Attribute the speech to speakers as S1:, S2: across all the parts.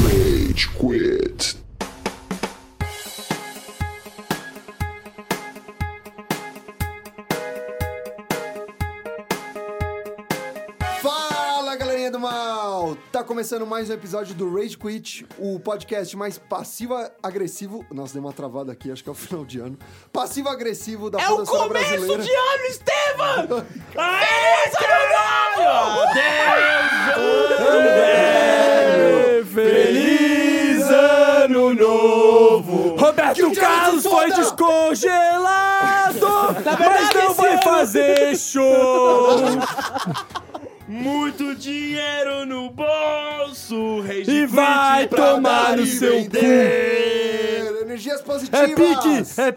S1: Rage Quit.
S2: Fala, galerinha do mal! Tá começando mais um episódio do Rage Quit, o podcast mais passivo-agressivo. Nossa, deu uma travada aqui, acho que é o final de ano. Passivo-agressivo da
S3: É o
S2: Fundação
S3: começo
S2: Brasileira.
S3: de ano, Estevam! Feliz
S2: É,
S3: ano novo! Deus ano velho! Feliz ano novo! Roberto Carlos foi descongelado, mas não vai fazer show!
S4: Muito dinheiro no bolso, rei de
S3: E vai
S4: pra
S3: tomar
S4: dar
S3: no
S4: e
S3: seu
S4: vender.
S2: Energias
S3: É
S2: positivas!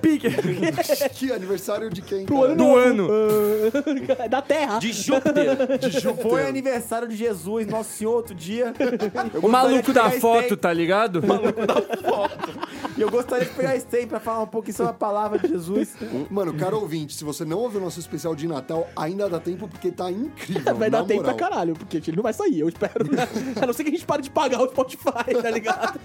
S3: pique, é pique
S2: Que aniversário de quem? cara?
S3: do ano.
S5: É da Terra.
S4: De Júpiter.
S6: Foi aniversário de Jesus, Nosso Senhor, outro dia. Eu
S3: O maluco
S6: gostaria
S3: da
S6: de pegar
S3: foto,
S6: esse
S3: tá ligado?
S6: tempo- E eu gostaria de pegar esse tempo pra falar um pouquinho sobre a palavra de Jesus.
S2: Mano, cara ouvinte, se você não ouviu o nosso especial de Natal, ainda dá tempo porque tá incrível.
S5: Vai
S2: na
S5: dar tempo pra
S2: moral.
S5: caralho, porque ele não vai sair, eu espero. a não ser que a gente pare de pagar o Spotify, tá ligado?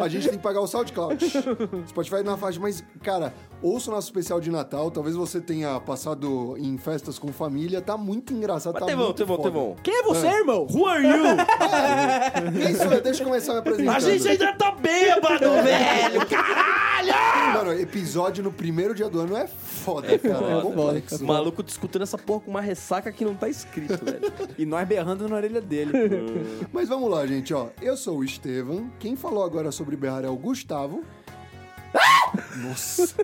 S2: A gente tem que pagar o SoundCloud. Spotify é na faixa. Mas, cara, ouça o nosso especial de Natal. Talvez você tenha passado em festas com família. Tá muito engraçado.
S4: Mas
S2: tá
S4: Tevão,
S2: muito
S4: Tevão,
S2: foda.
S4: Tevão.
S5: Quem é você, irmão?
S4: Who are you?
S2: Quem sou É eu? Deixa eu começar me apresentando.
S4: A gente ainda tá bêbado, velho.
S2: Mano, episódio no primeiro dia do ano é foda, cara. É
S4: foda.
S2: complexo.
S4: O maluco discutindo essa porra com uma ressaca que não tá escrito, velho.
S6: E nós berrando na orelha dele.
S2: Mas vamos lá, gente, ó. Eu sou o Estevam. Quem falou agora sobre berrar é o Gustavo. Nossa.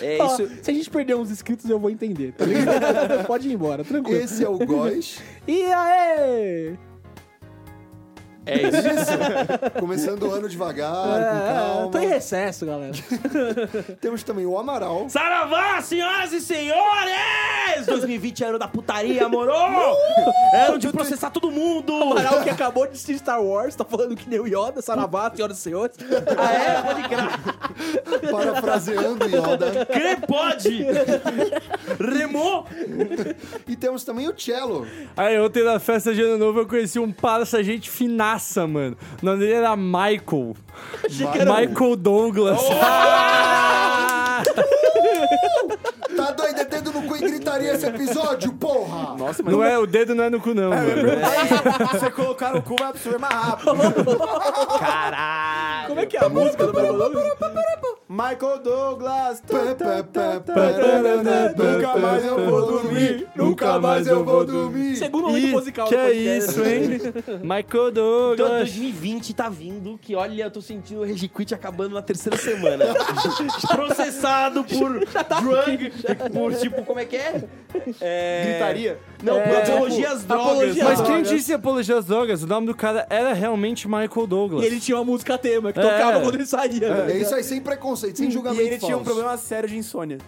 S4: É
S5: Ó,
S4: isso.
S5: Se a gente perder uns inscritos, eu vou entender, tá ligado? Pode ir embora, tranquilo.
S2: Esse é o Góis.
S5: E aê!
S4: É isso.
S2: Começando o ano devagar,
S5: É,
S2: com
S5: tô em
S2: calma.
S5: recesso, galera.
S2: Temos também o Amaral.
S4: Saravá, senhoras e senhores! 2020 é ano da putaria, moro? É ano de processar todo mundo.
S5: O Amaral que acabou de assistir Star Wars, tá falando que nem o Yoda, Saravá, senhoras e senhores.
S4: Ah, é? Pode crer.
S2: Parafraseando Yoda.
S4: Crê pode. Remou.
S2: E temos também o Cello.
S3: Aí ontem na festa de ano novo eu conheci um passageiro finaça, mano. O nome dele era Michael. Michael Douglas.
S2: Tá doido, é dedo no cu e gritaria esse episódio, porra!
S6: Nossa, mas
S3: Não é, o dedo não é no cu, não. mano.
S6: Se você colocar no cu, vai absorver mais rápido.
S5: Como é que é a música do Barbolão?
S6: Michael Douglas.
S2: Pá, pá, pá, pá,
S6: Nunca mais eu vou dormir.
S2: Nunca mais eu vou dormir.
S5: Segundo
S3: Ih,
S5: momento musical
S3: que
S5: do
S3: é
S5: podcast.
S3: isso, hein? Michael
S4: Então,
S3: Douglas.
S4: 2020 tá vindo que, olha, eu tô sentindo o Regi Quit acabando na terceira semana. tá Processado por drug, por tipo, como é que é? É,
S6: Gritaria.
S4: Não, por
S3: É,
S4: apologia às drogas.
S5: apologia
S3: Mas
S5: às
S3: quem
S5: drogas.
S3: disse apologia às drogas? O nome do cara era realmente Michael Douglas.
S5: E ele tinha uma música tema que
S3: É.
S5: tocava quando ele saía.
S2: É
S5: né?
S2: isso aí, sem preconceito, sem
S6: E
S2: julgamento
S6: ele tinha um
S2: falso.
S6: problema sério de insônia.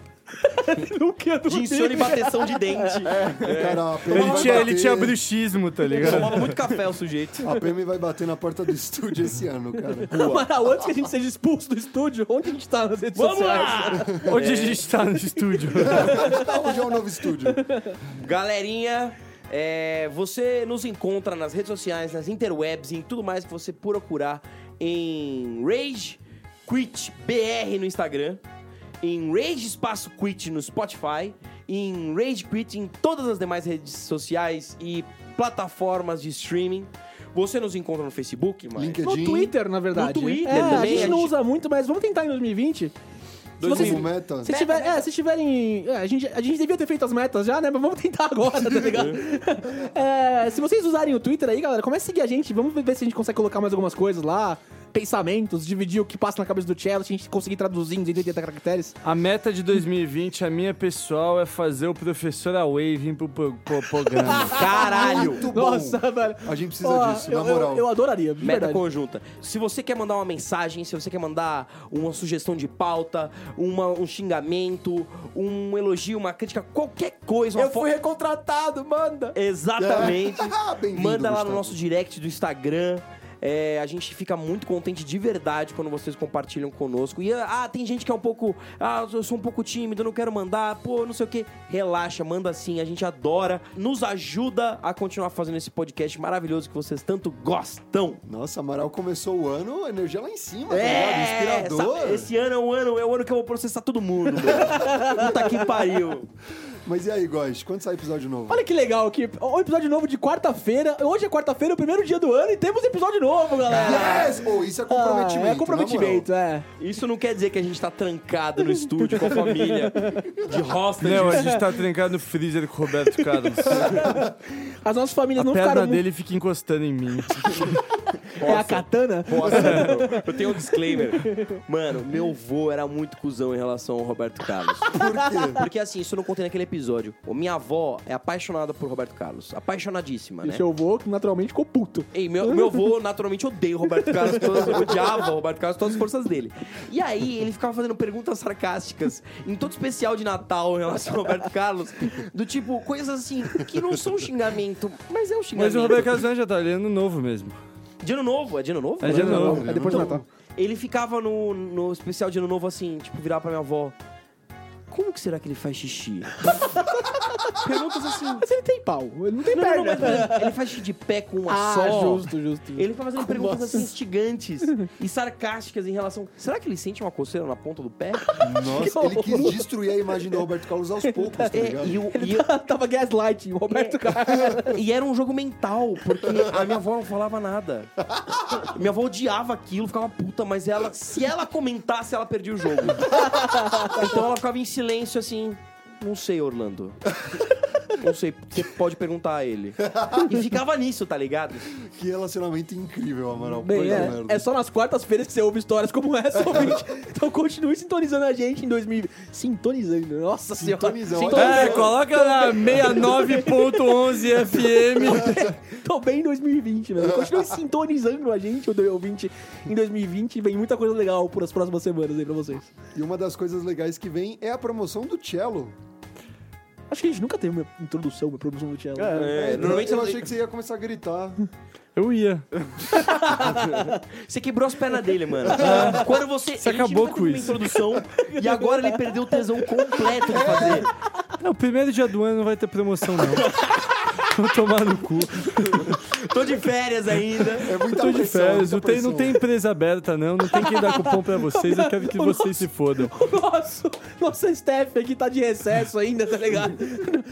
S5: Nunca
S4: De
S5: dormi.
S4: insônia e bateção de dente.
S2: É. Cara, a PM
S3: Ele
S2: vai
S3: tinha, ele
S2: bater-
S3: tinha bruxismo, tá ligado?
S4: Tomava muito café o sujeito.
S2: A PM vai bater na porta do estúdio esse ano, cara.
S5: Amaral, antes que a gente seja expulso do estúdio, onde a gente tá nas redes
S4: Vamos
S5: sociais?
S4: lá!
S3: Onde a gente tá no estúdio?
S2: Hoje é um novo estúdio.
S4: Galerinha, é, você nos encontra nas redes sociais, nas interwebs, em tudo mais que você procurar em Rage Quit BR no Instagram, em Rage Espaço Quit no Spotify, em Rage Quit em todas as demais redes sociais e plataformas de streaming. Você nos encontra no Facebook, mas
S2: LinkedIn.
S5: No Twitter, na verdade.
S4: No Twitter
S5: é, A
S4: também,
S5: gente
S4: a
S5: não
S4: gente-
S5: usa muito, mas vamos tentar em 2020.
S2: Como
S5: Se vocês-
S2: meta.
S5: Se tiver, é, se tiverem. é, a, gente, a gente devia ter feito as metas já, né? Mas vamos tentar agora, tá ligado? É, se vocês usarem o Twitter aí, galera, comece a seguir a gente. Vamos ver se a gente consegue colocar mais algumas coisas lá. Pensamentos, dividir o que passa na cabeça do Cello, se a gente conseguir traduzir em 280 caracteres.
S3: A meta de 2020, a minha pessoal, é fazer o professor Away vir pro, pro- pro programa.
S4: Caralho!
S2: Muito bom.
S5: Nossa, velho.
S2: A gente precisa
S5: Ó,
S2: disso, na
S5: eu,
S2: moral.
S5: Eu, eu adoraria, de
S4: Meta
S5: verdade.
S4: conjunta. Se você quer mandar uma mensagem, se você quer mandar uma sugestão de pauta, uma- um xingamento, um elogio, uma crítica, qualquer coisa, uma
S6: Eu fui recontratado, manda.
S4: Exatamente.
S2: É. Bem-vindo,
S4: Manda lá no
S2: Gustavo.
S4: nosso direct do Instagram. É, a gente fica muito contente de verdade quando vocês compartilham conosco. E ah, tem gente que é um pouco. Ah, eu sou um pouco tímido, não quero mandar, pô, não sei o quê. Relaxa, manda sim, a gente adora. Nos ajuda a continuar fazendo esse podcast maravilhoso que vocês tanto gostam.
S2: Nossa, Amaral começou o ano, a energia lá em cima,
S4: É,
S2: tá ligado? Inspirador.
S4: essa- esse ano é o ano, é o ano que eu vou processar todo mundo. mano. Puta que pariu.
S2: Mas e aí, Góis? Quando sai episódio novo?
S5: Olha que legal aqui. Um episódio novo de quarta-feira. Hoje é quarta-feira, o primeiro dia do ano, e temos episódio novo, galera.
S2: Yes! Pô, isso é
S5: Ah,
S2: comprometimento.
S5: é comprometimento, é.
S4: Isso não quer dizer que a gente tá trancado no estúdio com a família, de hostel.
S3: Não, a gente tá trancado no freezer com o Roberto Carlos.
S5: As nossas famílias
S3: A
S5: não ficaram
S3: perna
S5: muito.
S3: dele fica encostando em mim.
S5: É a katana?
S4: Eu tenho um disclaimer. Mano, meu vô era muito cuzão em relação ao Roberto Carlos.
S2: Na moral. Por quê?
S4: Porque assim, isso eu não contei naquele episódio. Ô, Minha avó é apaixonada por Roberto Carlos. Apaixonadíssima,
S5: E
S2: é
S4: né?
S5: seu avô, que naturalmente ficou puto.
S4: Ei, meu, meu avô naturalmente odeia o Roberto Carlos, todas, odiava o Roberto Carlos, todas as forças dele. E aí, ele ficava fazendo perguntas sarcásticas em todo especial de Natal em relação ao Roberto Carlos, do tipo, coisas assim, que não são xingamento, mas é um xingamento.
S3: Mas o Roberto Carlos já tá olhando novo mesmo.
S4: De ano novo, é de ano novo?
S3: É de ano novo.
S5: É depois de
S2: Então,
S5: Natal.
S4: Ele ficava no, no especial de ano novo assim, tipo, virar pra minha avó. Como que será que ele faz xixi? Perguntas assim.
S5: Mas ele tem pau, ele não tem
S4: Não, não,
S5: perna.
S4: mas ele faz xixi de pé com uma
S5: É ah,
S4: só.
S5: justo, justo. justo.
S4: Ele fica fazendo perguntas
S5: Nossa.
S4: assim instigantes e sarcásticas em relação. Será que ele sente uma coceira na ponta do pé?
S2: Nossa, ele quis destruir a imagem do Roberto Carlos aos poucos, tá
S4: É,
S2: ligado?
S4: e, o- e-
S5: Tava gaslighting, o
S4: É.
S5: Roberto Carlos.
S4: e era um jogo mental, porque a minha avó não falava nada. Minha avó odiava aquilo, ficava puta, mas ela, se ela comentasse, ela perdia o jogo. Então ela ficava em silêncio assim. Não sei, Orlando. Não sei, você pode perguntar a ele. E ficava nisso, tá ligado?
S2: Que relacionamento incrível, Amaral.
S5: Bem,
S2: Puta
S5: é,
S2: merda.
S5: é só nas quartas-feiras que você ouve histórias como essa, ouvinte. Então continue sintonizando a gente em 2020. Sintonizando, nossa
S2: Sintonizando,
S5: senhora.
S2: olha.
S3: É, coloca na 69.11 FM.
S5: Tô bem em 2020, velho. Continue sintonizando a gente, o ouvinte, em 2020. Vem muita coisa legal por as próximas semanas aí pra vocês.
S3: É,
S2: E uma das coisas legais que vem é a promoção do cello.
S5: Acho que a gente nunca teve uma introdução, uma produção do Cello.
S4: É,
S2: Normalmente
S4: normalmente
S2: eu
S4: não-
S2: achei que você ia começar a gritar.
S3: Eu ia.
S4: Você quebrou as pernas dele, mano. Quando você. Você
S3: acabou com
S4: uma
S3: isso.
S4: introdução e agora ele perdeu o tesão completo de fazer.
S3: Não, o primeiro dia do ano não vai ter promoção, não. Vou tomar no cu.
S4: Tô de férias ainda.
S2: É muita
S3: Tô de
S2: pressão,
S3: férias.
S2: muita
S3: Não tem, não
S2: pressão.
S3: tem empresa aberta, não. Não tem quem dar cupom pra vocês. Eu quero que vocês se fodam.
S5: O nosso, nossa staff aqui tá de recesso ainda, tá ligado?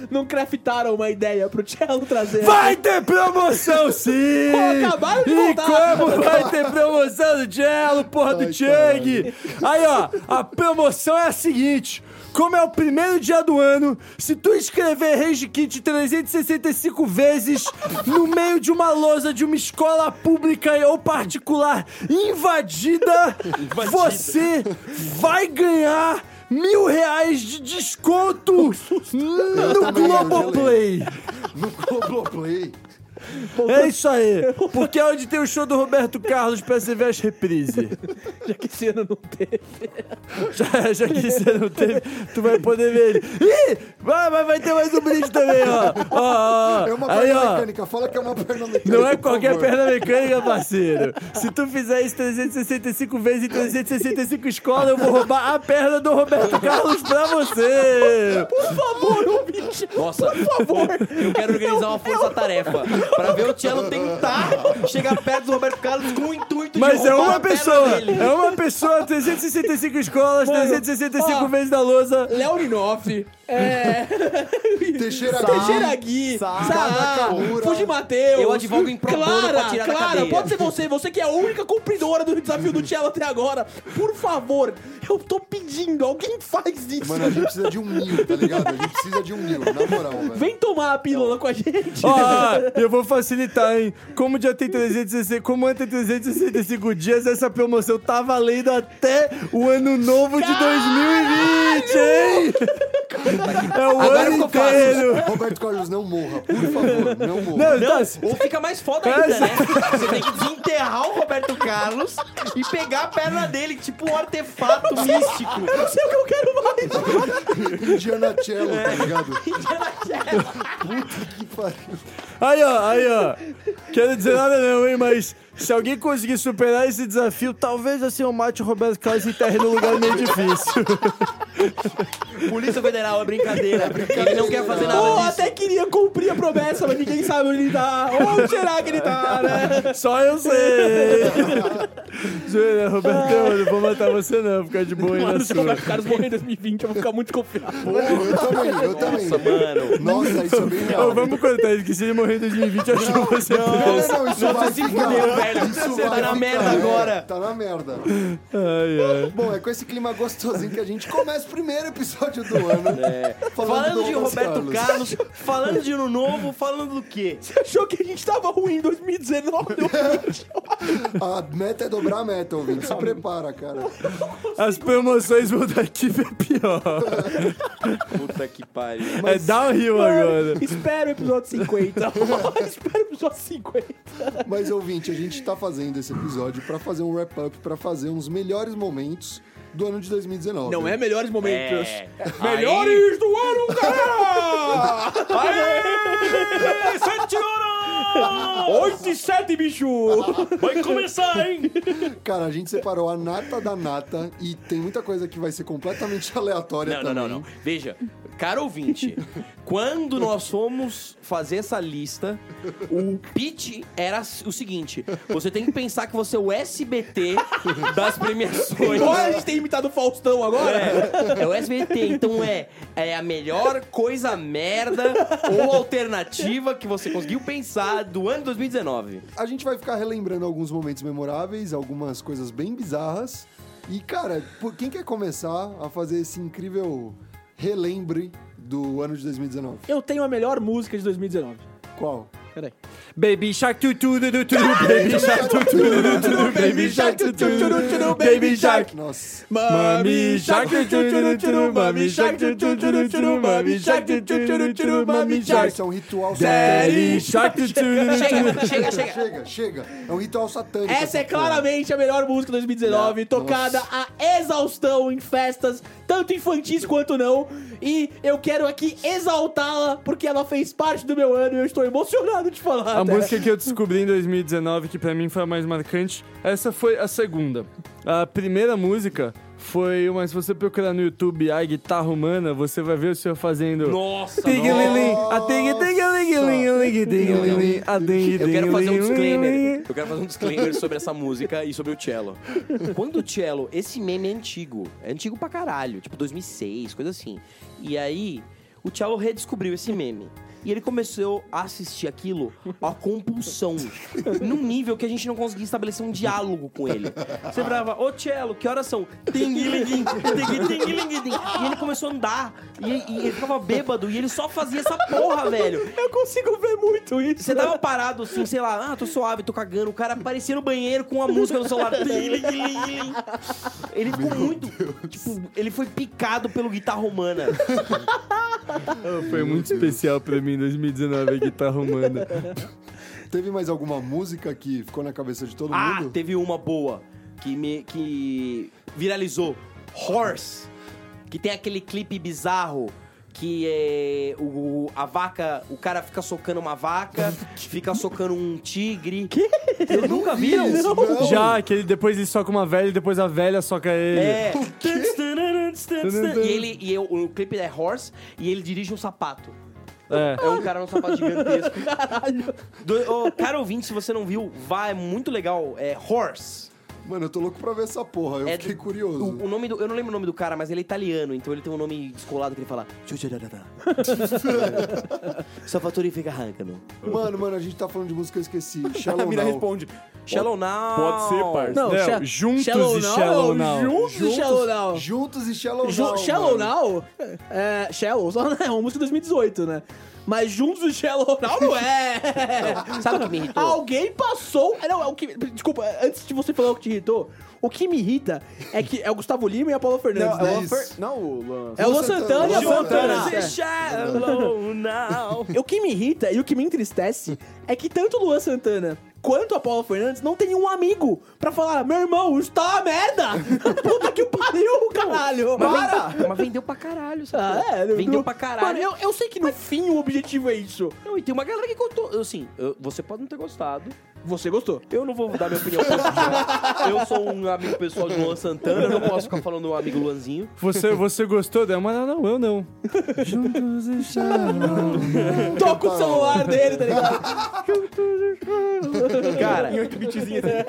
S5: Não craftaram uma ideia pro Cello trazer.
S3: Vai ter promoção, sim!
S5: Pô, acabaram de
S3: e
S5: voltar.
S3: como vai ter promoção do Jello, porra
S2: Ai,
S3: do Chang? Aí, ó, a promoção é a seguinte... Como é o primeiro dia do ano, se tu escrever Rage Kit 365 vezes no meio de uma lousa de uma escola pública ou particular invadida, você vai ganhar mil reais de desconto no
S2: também já
S3: Globoplay.
S2: No Globoplay.
S3: É isso aí. Porque é onde tem o show do Roberto Carlos pra você ver as reprises.
S5: Já que esse ano não teve.
S3: Já, já que você não teve, tu vai poder ver ele. Ih, vai, vai, vai ter mais um brinde também, ó. ó, ó.
S2: É uma
S3: aí,
S2: perna
S3: ó.
S2: mecânica. Fala que é uma perna mecânica.
S3: Não é
S2: por
S3: qualquer
S2: favor.
S3: perna mecânica, parceiro. Se tu fizer isso 365 vezes em 365 escolas, eu vou roubar a perna do Roberto Carlos pra você.
S5: Por favor, ouvinte,
S4: Nossa,
S5: por favor.
S4: eu quero organizar uma força-tarefa pra ver o Cello tentar chegar perto do Roberto Carlos com o intuito
S3: Mas
S4: de
S3: é
S4: roubar
S3: uma
S4: a perna
S3: pessoa.
S4: dele.
S3: É uma pessoa, 365 escolas,
S5: Mano,
S3: 365
S5: ó.
S3: vezes na lousa.
S5: Léo Ninoff, é...
S2: Teixeira
S4: Tá.
S3: Tá.
S5: Teixeira
S2: Gui.
S5: Gui,
S2: Sá,
S5: Sá,
S2: Nakamura.
S5: Fuji Mateus.
S4: Eu advogo em pro bono
S5: Clara,
S4: pra tirar da
S5: Clara,
S4: cadeia.
S5: pode ser você, você que é a única cumpridora do desafio do Cello até agora. Por favor, eu tô pedindo, alguém faz isso.
S2: Mano, a gente precisa de um mil, tá ligado? A gente precisa de um mil, na moral, velho.
S5: Vem tomar a pílula com a gente.
S3: Ó, Ah, eu vou facilitar, hein? Como já tem 365, como antes tem 365 dias, essa promoção tá valendo até o ano novo de 2020, hein? É o
S4: Agora
S3: ano
S4: ficou fácil.
S3: inteiro.
S2: Roberto Carlos, não morra, por favor, não morra.
S3: Não,
S4: Não,
S3: tá,
S4: ou fica mais foda ainda, né? Você tem que desenterrar o Roberto Carlos e pegar a perna dele, tipo um artefato místico.
S5: Eu não sei o que eu quero mais.
S2: Indiana Cello, tá
S4: É.
S2: ligado? Puta que pariu.
S3: Aí, ó, aí, ó. Quero dizer nada não, hein, mas Se alguém conseguir superar esse desafio, talvez assim eu mate o Roberto Carlos e enterre num lugar meio difícil.
S4: Polícia Federal é brincadeira. Ele não quer fazer
S5: Ou
S4: nada disso.
S5: até queria cumprir a promessa, mas ninguém sabe onde ele tá. Onde será que ele tá, né?
S3: Só eu sei. Júlia, Roberto, eu não vou matar você não, ficar de boa aí na
S5: Mano, se o
S3: sua.
S5: Roberto Carlos morrer em 2020, eu vou ficar muito confiado.
S2: Eu também, eu também.
S4: Nossa, mano.
S2: Nossa, isso é bem
S3: Ô,
S2: real.
S3: vamos contar isso, que se ele morrer em 2020, eu acho que você
S2: Não, não, não, isso
S4: Nossa,
S2: vai
S4: se
S2: ficar.
S4: fudeu, velho.
S2: Isso
S4: Você
S2: vai
S4: tá na
S2: ficar,
S4: merda
S2: é,
S4: agora.
S2: Tá na merda.
S3: Ai, ai.
S2: Bom, é com esse clima gostosinho que a gente começa o primeiro episódio do ano.
S4: É. Falando de
S2: Roberto
S4: Roberto Carlos, falando de Ano Novo, falando do quê?
S5: Você achou que a gente tava ruim em 2019?
S2: A meta é dobrar a meta, ouvinte. Se prepara, cara.
S3: As promoções vão daqui pra pior.
S4: Puta que pariu.
S3: É downhill agora.
S5: Espera o episódio 50. Espera o episódio 50.
S2: Mas, ouvinte, a gente tá fazendo esse episódio pra fazer um wrap-up, pra fazer uns melhores momentos do ano de 2019.
S5: Não é melhores momentos.
S4: É.
S5: Melhores do ano, galera!
S4: Aê, sete horas!
S5: 8 e 7, bicho!
S4: Vai começar, hein?
S2: Cara, a gente separou a nata da nata e tem muita coisa que vai ser completamente aleatória
S4: Não, não,
S2: também.
S4: não, não. Veja, caro ouvinte, quando nós fomos fazer essa lista, o pitch era o seguinte: você tem que pensar que você é o SBT das premiações.
S5: Olha, a gente tem imitado o Faustão agora.
S4: É, é o SBT, então é, é a melhor coisa merda ou alternativa que você conseguiu pensar do ano 2019.
S2: A gente vai ficar relembrando alguns momentos memoráveis, algumas coisas bem bizarras. E, cara, por- quem quer começar a fazer esse incrível relembre do ano de 2019?
S5: Eu tenho a melhor música de 2019.
S2: Qual?
S5: Peraí.
S3: Baby Shark tu tu tu tu tu Baby Shark tu tu tu tu Baby Shark tu tu tu tu Baby Shark
S2: Nossa.
S3: Mami Shark tu tu tu tu Mami Shark tu tu tu tu Mami Shark tu tu tu tu Mami
S2: Cara,
S3: Shark
S2: isso é um ritual
S3: Daddy
S2: satânico.
S3: Shark tu tu tu
S4: Chega, chega, chega.
S2: Chega, chega. É um ritual satânico.
S5: Essa é
S2: porra.
S5: claramente a melhor música de 2019, tocada a exaustão em festas, tanto infantis quanto não. E eu quero aqui exaltá-la, porque ela fez parte do meu ano e eu estou emocionado de falar.
S3: A
S5: até.
S3: música que eu descobri em 2019, que pra mim foi a mais marcante, essa foi a segunda. A primeira música foi uma. Se você procurar no YouTube a guitarra humana, você vai ver o senhor fazendo.
S4: Nossa,
S3: Tingling, a ting ting ling ling ling a ding
S4: Eu quero fazer um disclaimer. Eu quero fazer um disclaimer sobre essa música e sobre o cello. Quando o cello, esse meme é antigo. É antigo pra caralho, tipo 2006, coisa assim. E aí, o cello redescobriu esse meme. E ele começou a assistir aquilo a compulsão. num nível que a gente não conseguia estabelecer um diálogo com ele. Você brava, ô cello, que horas são? Tinguilinguim, tinguilinguim. E ele começou a andar. E, e ele ficava bêbado. E ele só fazia essa porra, velho.
S5: Eu consigo ver muito isso.
S4: Você tava parado assim, sei lá, ah, tô suave, tô cagando. O cara aparecia no banheiro com a música no celular. Ele ficou muito. Tipo, ele foi picado pelo guitarra humana.
S3: Ah, Foi muito especial pra mim em 2019 a guitarra humana.
S2: Teve mais alguma música que ficou na cabeça de todo
S4: Ah,
S2: mundo?
S4: teve uma boa que me. que viralizou. Horse. Que tem aquele clipe bizarro. Que é. O, a vaca. O cara fica socando uma vaca, fica socando um tigre. Que? Vocês nunca viram?
S2: Isso, não.
S3: Já, que ele, depois ele soca uma velha e depois a velha soca ele.
S4: É. E, ele, e eu- o clipe é Horse e ele dirige um sapato.
S3: É.
S4: É um cara num sapato gigantesco. Do, ô, cara ouvinte, se você não viu, vá, é muito legal. É Horse.
S2: Mano, eu tô louco pra ver essa porra. Eu
S4: É
S2: fiquei
S4: do-
S2: curioso.
S4: O, o nome do, eu não lembro o nome do cara, mas ele é italiano, então ele tem um nome descolado que ele fala. Salvatore fica arrancando.
S2: Mano, mano, a gente tá falando de música, eu esqueci. Shallow
S6: A mina
S2: Now.
S6: responde.
S4: Shallow Now.
S6: Pode ser, parça.
S5: Não,
S3: Não,
S5: Sha-
S3: Juntos
S5: Shallow
S3: e
S5: Now,
S3: Shallow Now.
S5: Juntos e Shallow Now.
S2: Juntos e Shallow
S5: Ju-
S2: Now.
S5: Shallow
S2: mano.
S5: Now? É, Shallow, só não é uma música de 2018, né? Mas juntos o Shallow Now não é.
S4: Sabe o que me irritou?
S5: Alguém passou. é, Não, é o que. Desculpa, antes de você falar o que te irritou, o que me irrita é que é o Gustavo Lima e a Paula Fernandes,
S6: Não,
S5: né?
S6: é o
S2: isso.
S6: Fer- Não, o Lan.
S5: É o Luan Santana e a Paula
S2: Santana.
S5: Fernandes.
S4: Juntos e Shallow Now.
S5: O que me irrita e o que me entristece é que tanto o Luan Santana quanto a Paula Fernandes não tem um amigo pra falar: meu irmão, isso tá uma merda! Puta que pariu, caralho! Para!
S4: Mas vendeu pra caralho,
S5: Ah,
S4: sabe?
S5: é,
S4: vendeu
S5: não-
S4: pra caralho.
S5: Mano, eu, eu sei que no fim o objetivo é isso.
S4: Não, e tem uma galera que contou. Assim, eu- você pode não ter gostado.
S5: Você gostou.
S4: Eu não vou dar minha opinião pessoal. Eu sou um amigo pessoal de Luan Santana, eu não posso ficar falando do amigo Luanzinho.
S3: Você, você gostou dela? Mas ela, não, eu não. Juntos e chorando.
S5: Toca o celular dele, tá ligado?
S4: Cara,
S6: Em 8 bitzinhos.
S5: né?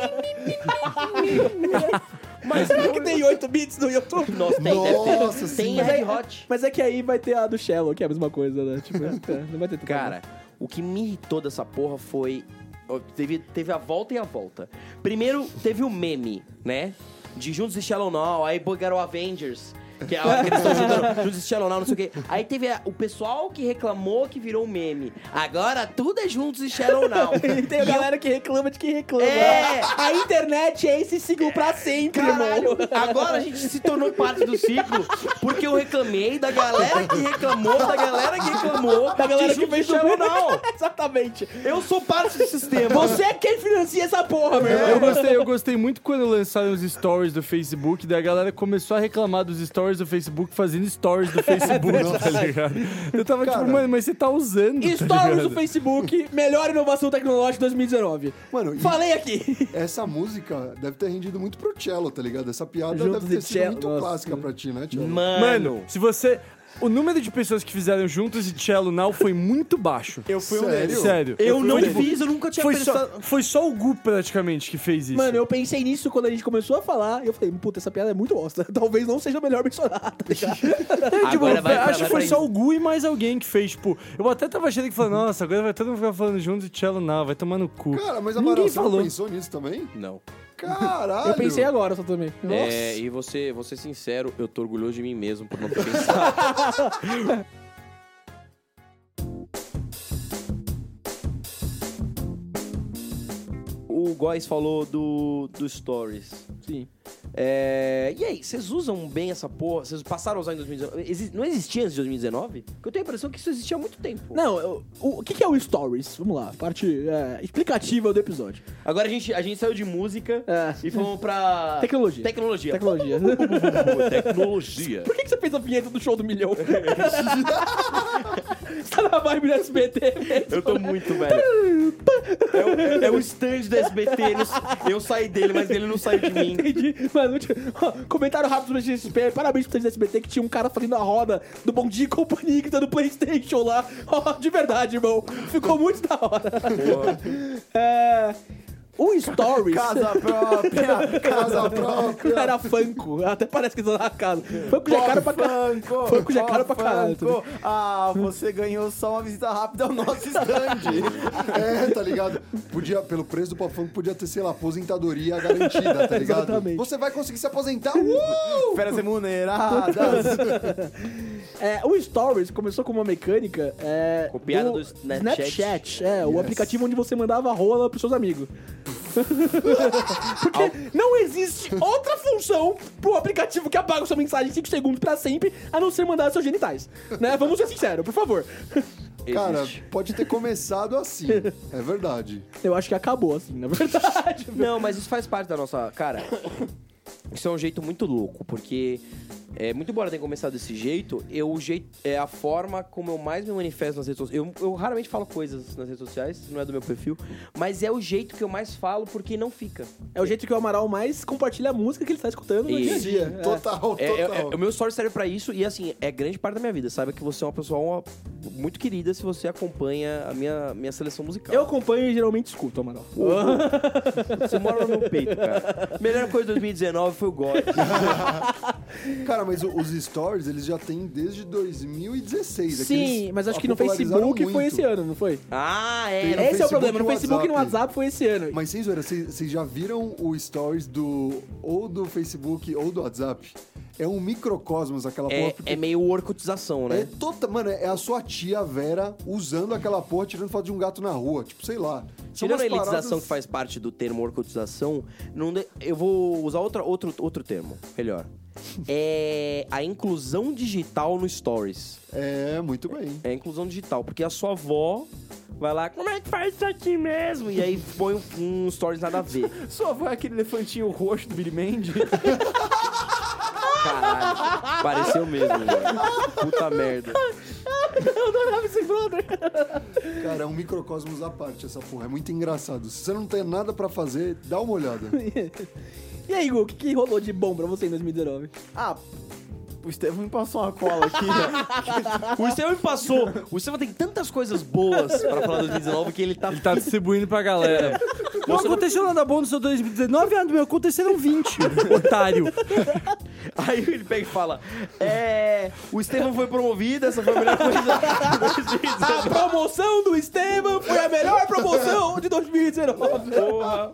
S5: Mas será que tem 8 bits no YouTube?
S4: nossa, tem, deve
S2: Nossa
S4: ter. Tem
S2: senhora.
S4: Red Hot.
S5: Mas é que aí vai ter a do Shallow, que é a mesma coisa, né? Tipo, é, não vai ter tanta-
S4: Cara, o que me irritou dessa porra foi. ó, Teve, teve a volta e a volta. Primeiro, teve o meme, né? De Juntos e Shallow Now, aí pegaram o Avengers. Que é a hora que eles estão ajudando Juntos e Shallow Now, não sei o quê. Aí teve a- o pessoal que reclamou que virou um meme. Agora tudo é Juntos e Shallow Now.
S5: E tem a galera que reclama de quem reclama.
S4: É.
S5: A internet é esse ciclo pra sempre,
S4: Caralho,
S5: irmão.
S4: agora a gente se tornou parte do ciclo porque eu reclamei da galera que reclamou, da galera que reclamou,
S5: Da galera que fez
S4: Shallow Now.
S5: Exatamente.
S4: Eu sou parte do sistema. É.
S5: Você é quem financia essa porra, meu
S3: Eu
S5: irmão.
S3: gostei, eu gostei muito quando lançaram os stories do Facebook, daí a galera começou a reclamar dos stories do Facebook fazendo stories do Facebook, tá ligado? Eu tava
S2: Cara.
S3: tipo, mano, mas você tá usando. tá
S5: Stories
S3: ligado?
S5: do Facebook, melhor inovação tecnológica de 2019.
S2: Mano, e-
S5: Falei aqui.
S2: Essa música deve ter rendido muito pro cello, tá ligado? Essa piada
S5: Juntos
S2: deve ter
S5: e
S2: sido
S5: cello,
S2: muito
S5: nossa.
S2: clássica pra ti, né, Cello?
S3: Mano, se você. O número de pessoas que fizeram juntos e cello now foi muito baixo.
S6: Eu fui um
S2: Sério?
S6: deles.
S3: Sério.
S4: Eu não
S3: Foi, tipo,
S4: fiz, eu nunca tinha
S3: Foi
S4: pensado.
S3: só, foi só o Gu praticamente que fez isso.
S5: Mano, eu pensei nisso quando a gente começou a falar. E eu falei, puta, essa piada é muito bosta. Talvez não seja melhor mencionada. tá ligado?
S3: É, tipo,
S4: Agora vai-
S3: acho
S4: vai-
S3: que
S4: vai
S3: foi
S4: pra
S3: só
S4: isso.
S3: o Gu e mais alguém que fez, tipo, eu até tava achando que falou, nossa, agora vai todo mundo ficar falando juntos e cello now, vai tomar no cu.
S2: Cara, mas Amaral,
S3: Ninguém
S2: você não
S3: falou.
S2: pensou nisso também?
S4: Não.
S2: Caralho!
S5: Eu pensei agora só também. Nossa.
S4: É, e você, vou ser sincero, eu tô orgulhoso de mim mesmo por não ter pensado. O Góis falou do, do Stories.
S5: Sim.
S4: É, e aí, vocês usam bem essa porra? Vocês passaram a usar em 2019? Exi- não existia antes de 2019? Porque eu tenho a impressão que isso existia há muito tempo.
S5: Não, eu- o, o que, que é o Stories? Vamos lá, parte é, explicativa do episódio.
S4: Agora a gente, a gente saiu de música
S5: É.
S4: e fomos pra...
S5: Tecnologia.
S4: Tecnologia.
S5: Tecnologia.
S4: Tecnologia.
S5: Por que, que você fez a vinheta do show do milhão? você tá na vibe do SBT mesmo.
S4: Eu tô muito velho. É o, é o stand do SBT. ele não- eu saí dele, mas ele não saiu de mim.
S5: Entendi. Mano, último- ó, comentário rápido do SBT. Parabéns pro do SBT que tinha um cara fazendo a roda do Bom Dia e Companhia que tá no Playstation lá. Ó, de verdade, irmão. Ficou muito da hora. É, o Stories...
S6: Casa própria.
S2: Casa própria!
S5: Era Funko, até parece que eles lá na casa. Funko já é caro pra caralho.
S6: Funko,
S5: Funko já é
S6: ó,
S5: caro pra caralho.
S6: Funko. Ah, você ganhou só uma visita rápida ao nosso stand.
S2: É, tá ligado? Podia, pelo preço do Pop Funk, podia ter, sei lá, aposentadoria garantida, tá ligado?
S5: Exatamente.
S2: Você vai conseguir se aposentar? Uh!
S6: Feras remuneradas.
S5: É, o Stories começou com uma mecânica. É,
S4: Copiada do Snapchat.
S5: Snapchat, é, o aplicativo onde você mandava rola pros seus amigos. Porque não existe outra função pro aplicativo que apaga sua mensagem em 5 segundos pra sempre, a não ser mandar seus genitais. Né? Vamos ser sinceros, por favor.
S2: Cara,
S4: Existe.
S2: pode ter começado assim. É verdade.
S5: Eu acho que acabou, assim, na verdade.
S4: Não, mas isso faz parte da nossa. Cara, isso é um jeito muito louco, porque. É, muito embora tenha começado desse jeito, eu, o jeito, é a forma como eu mais me manifesto nas redes sociais. Eu, eu raramente falo coisas nas redes sociais, não é do meu perfil, mas é o jeito que eu mais falo porque não fica.
S5: É o jeito que o Amaral mais compartilha a música que ele está escutando no
S4: Isso.
S5: dia a dia. É.
S2: Total, total.
S4: É, é, é, o meu story serve pra isso e, assim, é grande parte da minha vida. Saiba que você é uma pessoa uma- muito querida se você acompanha a minha, minha seleção musical.
S5: É. Eu acompanho e geralmente escuto, Amaral.
S4: Você mora no meu peito, cara. Melhor coisa de 2019 foi o God.
S2: Cara, mas o- os stories, eles já têm desde 2016. é que
S5: Sim,
S2: eles
S5: mas acho que no Facebook
S2: popularizaram
S5: foi
S2: muito.
S5: esse ano, não foi?
S4: Ah,
S2: Tem um
S4: é.
S2: no
S4: né?
S5: Esse é o
S2: Facebook
S5: problema.
S2: e
S5: No
S2: no
S5: Facebook e no
S2: WhatsApp.
S5: WhatsApp foi esse ano.
S2: Mas sem zoeira, vocês vocês já viram o stories do ou do Facebook ou do WhatsApp? É um microcosmos aquela porra.
S4: É,
S2: porque
S4: é meio orcotização,
S2: é
S4: né?
S2: tota- mano, é a sua tia Vera usando aquela porra, tirando foto de um gato na rua. Tipo, sei lá. São
S4: Tirando
S2: umas
S4: a elitização
S2: paradas-
S4: que faz parte do termo orcotização, não de- eu vou usar outra, outro, outro termo, melhor. É a inclusão digital no Stories.
S2: É, muito bem.
S4: É a inclusão digital, porque a sua avó vai lá, como é que faz isso aqui mesmo? E aí põe um, um stories nada a ver.
S6: Sua avó é aquele elefantinho roxo do Billy Mandy.
S4: Caralho, pareceu mesmo, velho. Puta né? merda.
S5: Eu adorava esse brother.
S2: Cara, é um microcosmos à parte essa porra. É muito engraçado. Se você não tem nada pra fazer, dá uma olhada.
S5: E aí, Gu, o que, que rolou de bom pra você em 2019?
S6: Ah, o Estevão me passou uma cola aqui. ó.
S4: O Estevam me passou. O Estevam tem tantas coisas boas pra falar do 2019 que ele tá.
S3: Ele tá distribuindo pra galera. Não aconteceu nada bom no seu 2019, ah, no meu aconteceram 20, otário.
S4: Aí ele pega e fala: É. O Estevam foi promovido, essa foi a melhor coisa de 2019.
S5: A promoção do Esteban foi a melhor promoção de 2019.
S4: Porra.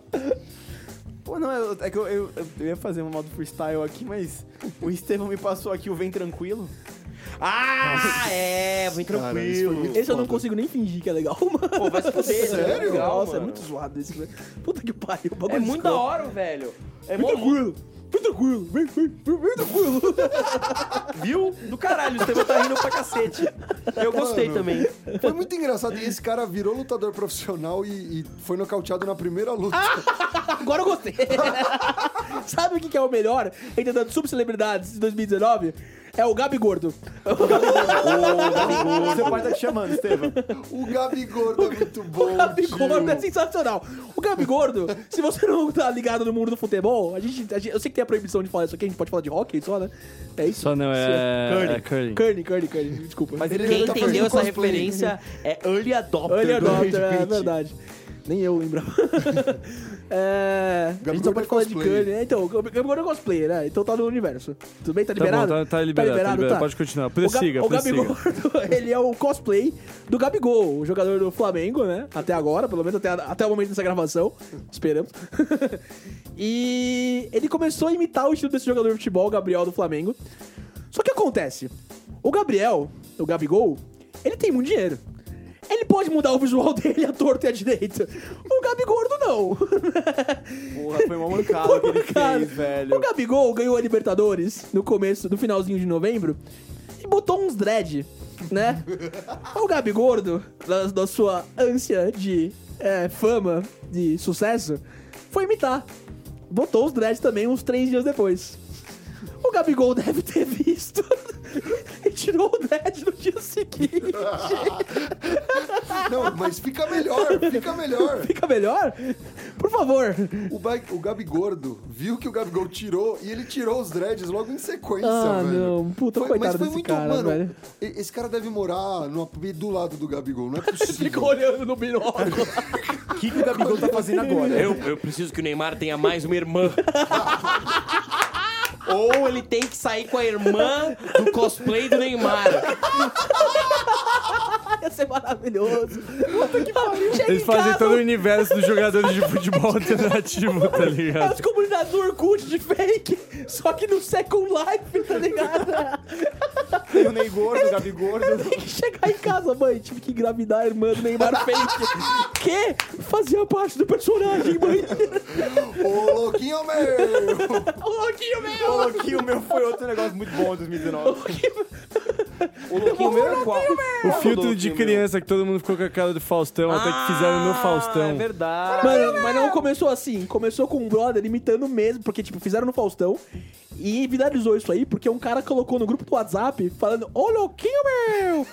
S6: Pô, não, eu- é que eu, eu- eu ia fazer um modo freestyle aqui, mas o Estevão me passou aqui o Vem Tranquilo.
S4: Ah, é,
S2: Cara, isso foi
S4: bem tranquilo.
S2: muito
S5: Esse eu não
S2: foda.
S5: consigo nem fingir que é legal, mano.
S4: Pô, vai se fuder,
S2: Sério?
S4: né? Legal,
S5: Nossa, é
S4: mano.
S5: muito zoado esse. velho. Puta que pariu, o bagulho
S4: É muito da
S5: escroto.
S4: hora, velho. É
S5: Vem
S4: mó-
S5: tranquilo, vem tranquilo, vem, vem, vem, vem tranquilo.
S4: Viu? Do caralho, o Estevam tá rindo pra cacete. Eu gostei
S2: Mano.
S4: também.
S2: Foi muito engraçado. E esse cara virou lutador profissional e, e foi nocauteado na primeira luta.
S5: Ah! Agora eu gostei. Sabe o que que é o melhor entre as subcelebridades de 2019? É o Gabi Gordo.
S6: Seu pai tá te chamando, Estevão.
S2: O Gabigordo é muito bom.
S5: O Gabi
S2: tio.
S5: Gordo é sensacional. O Gabi Gordo, se você não tá ligado no mundo do futebol, a gente, a gente- eu sei que tem a proibição de falar isso aqui, a gente pode falar de hockey só, né? É isso?
S3: Só não, é... é curling.
S5: Curly, curly, curly, desculpa.
S6: Mas ele
S4: Quem
S6: tá fazendo
S2: um
S4: entendeu essa
S6: cosplay.
S4: referência é Early Adopter.
S5: Early
S4: do
S5: adopter,
S4: Rage
S5: é
S4: Quit.
S5: verdade. Nem eu lembro. é, a
S2: Gabi
S5: gente só
S2: Gordo
S5: pode
S2: é
S5: falar de
S2: cosplayer.
S5: Kanye, né? Então, o Gabi Gordo é cosplayer, né? Então tá no universo. Tudo bem? Tá
S3: Tá bom,
S5: liberado?
S3: tá, tá liberado, tá liberado.
S5: tá.
S3: Pode continuar,
S5: O Gab-
S3: prossiga,
S5: o Gabi
S3: prossiga.
S5: Gordo, ele é o cosplay do Gabigol, o jogador do Flamengo, né? Até agora, pelo menos até, até o momento dessa gravação. Esperamos. e ele começou a imitar o estilo desse jogador de futebol, o Gabriel do Flamengo. Só que acontece, o Gabriel, o Gabigol, ele tem muito dinheiro. Ele pode mudar o visual dele à torta e à direita. O Gabi Gordo não.
S6: Porra, foi uma mancada que ele
S5: Cara,
S6: fez, velho.
S5: O Gabigol ganhou a Libertadores no começo, no finalzinho de novembro, e botou uns dread, né? o Gabigordo, da, da sua ânsia de é, fama, de sucesso, foi imitar. Botou os dread também uns três dias depois. O Gabigol deve ter visto e tirou o dread no dia seguinte.
S2: Não, mas fica melhor, fica melhor.
S5: Fica melhor? Por favor.
S2: O, ba... o Gabigordo viu que o Gabigol tirou e ele tirou os dreads logo em sequência,
S5: Ah,
S2: velho.
S5: não. Puta, coitado desse cara, velho.
S2: e- Esse cara deve morar no AP do lado do Gabigol, não é
S5: Ficou
S2: possível.
S5: olhando no binóculo.
S6: O que, que o Gabigol tá fazendo agora?
S4: Eu, eu preciso que o Neymar tenha mais uma irmã. Ou ele tem que sair com a irmã do cosplay do Neymar.
S5: Ia ser maravilhoso. Puta que pariu. Chega
S3: Eles
S5: em
S3: fazem
S5: casa,
S3: todo o universo dos jogadores de futebol alternativo, tá
S5: É as
S3: ligado?
S5: comunidades do Orkut de fake, só que no Second Life, tá ligado?
S6: Tem o Ney Gordo, o Gabigordo.
S5: Tem que chegar em casa, mãe. Tive que engravidar a irmã do Neymar fake. que fazia parte do personagem, mãe.
S2: Ô, louquinho meu!
S5: Ô, Louquinho meu!
S6: Ô, Louquinho, o meu foi outro negócio muito bom em 2019.
S4: O Louquinho meu é qual?
S3: O filtro de criança que todo mundo ficou com a cara do Faustão, até que fizeram no Faustão.
S4: É verdade.
S5: Mano, mas não começou assim. Começou com um brother imitando mesmo, porque, tipo, fizeram no Faustão. E viralizou isso aí, porque um cara colocou no grupo do WhatsApp falando: Ô louquinho meu!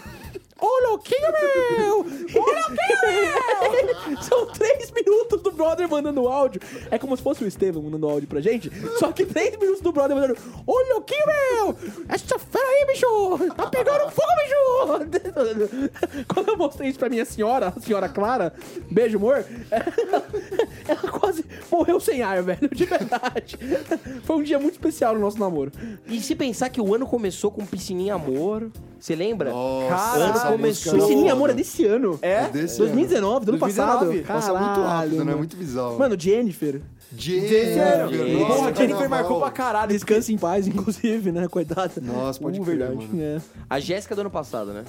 S5: Ô louquinho meu! Ô louquinho meu! São três minutos do brother mandando áudio. É como se fosse o Estevam mandando áudio pra gente, só que três minutos do brother mandando: Ô louquinho meu! Essa fera aí, bicho! Tá pegando fogo, bicho! Quando eu mostrei isso pra minha senhora, a senhora Clara, beijo, amor, ela quase morreu sem ar, velho, de verdade. Foi um dia muito especial no nosso namoro.
S4: E se pensar que o ano começou com Piscininha Amor, você lembra?
S2: Nossa,
S4: Cara,
S2: essa
S4: começou-
S2: música era
S5: Piscininha, amor, é
S2: foda.
S5: desse ano.
S6: É?
S2: É desse ano.
S5: 2019, do ano
S6: 2019.
S5: passado.
S2: Passa muito rápido, né? Muito bizarro.
S5: Mano, Jennifer.
S2: Jennifer,
S4: Jennifer.
S2: nossa,
S6: Porra, Jennifer
S2: carnaval.
S6: marcou pra caralho.
S5: Descanse em paz, inclusive, né? Coitada.
S2: Nossa, pode
S5: Uh,
S2: crer,
S5: verdade.
S2: mano.
S5: É.
S4: A Jéssica do ano passado, né?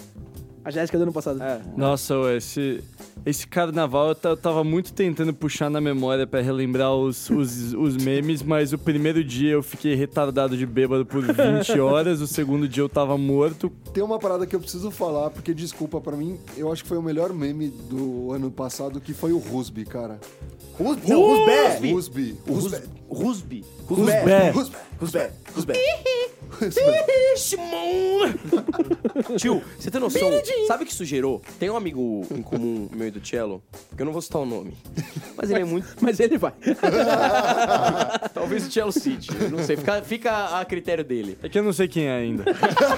S5: A Jéssica do ano passado.
S2: É.
S3: Nossa, ué, esse, esse carnaval eu, ta- eu tava muito tentando puxar na memória pra relembrar os, os, os memes, mas o primeiro dia eu fiquei retardado de bêbado por 20 horas, o segundo dia eu tava morto.
S2: Tem uma parada que eu preciso falar, porque desculpa pra mim, eu acho que foi o melhor meme do ano passado, que foi o Rusby, cara.
S6: Rusbé! Não, Rusbé!
S2: Rusby. O Rusby.
S4: Rusby.
S6: Rusbé!
S3: Bé.
S2: Rusby.
S6: Rusbé! Rusbé!
S4: Shimon! Tio, você tem noção? Sabe o que isso gerou? Tem um amigo em comum meu e do Cello, que eu não vou citar o nome, mas ele é muito.
S5: Mas ele vai.
S4: Talvez o Cello cite, eu não sei. Fica, fica a critério dele.
S3: É que eu não sei quem é ainda.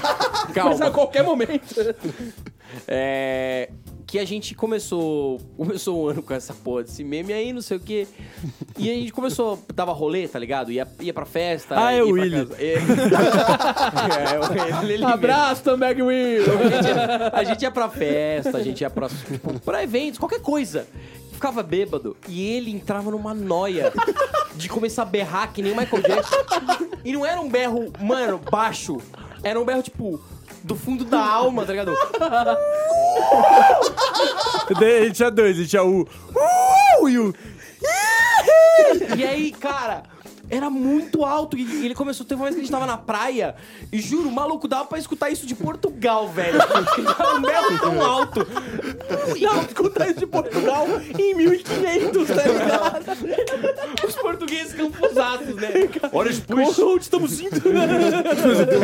S4: Calma.
S5: Mas a qualquer momento.
S4: É. Que a gente começou. Começou o ano com essa porra desse meme aí, não sei o quê. E a gente começou. Dava rolê, tá ligado? Ia, ia pra festa.
S3: Ah, é
S4: ia
S3: o
S4: pra
S3: Willy.
S4: casa. É, é, o Willy, ele mesmo.
S5: Abraço, Tambag Will.
S4: A gente, ia, a gente ia pra festa, a gente ia pra, tipo, pra eventos, qualquer coisa. Ficava bêbado e ele entrava numa noia de começar a berrar que nem o Michael Jackson. E não era um berro, mano, baixo. Era um berro, tipo, do fundo da alma, tá ligado?
S3: Daí a gente tinha dois, a gente tinha o. Uh, e o.
S4: E aí, cara, era muito alto. E ele começou, teve uma vez que a gente tava na praia. E juro, maluco, dava pra escutar isso de Portugal, velho. Porque Tava um berro tão alto.
S5: Não, escuta isso de Portugal em 1500, tá ligado?
S4: Os portugueses campusados, né?
S3: Olha
S5: Como onde estamos indo?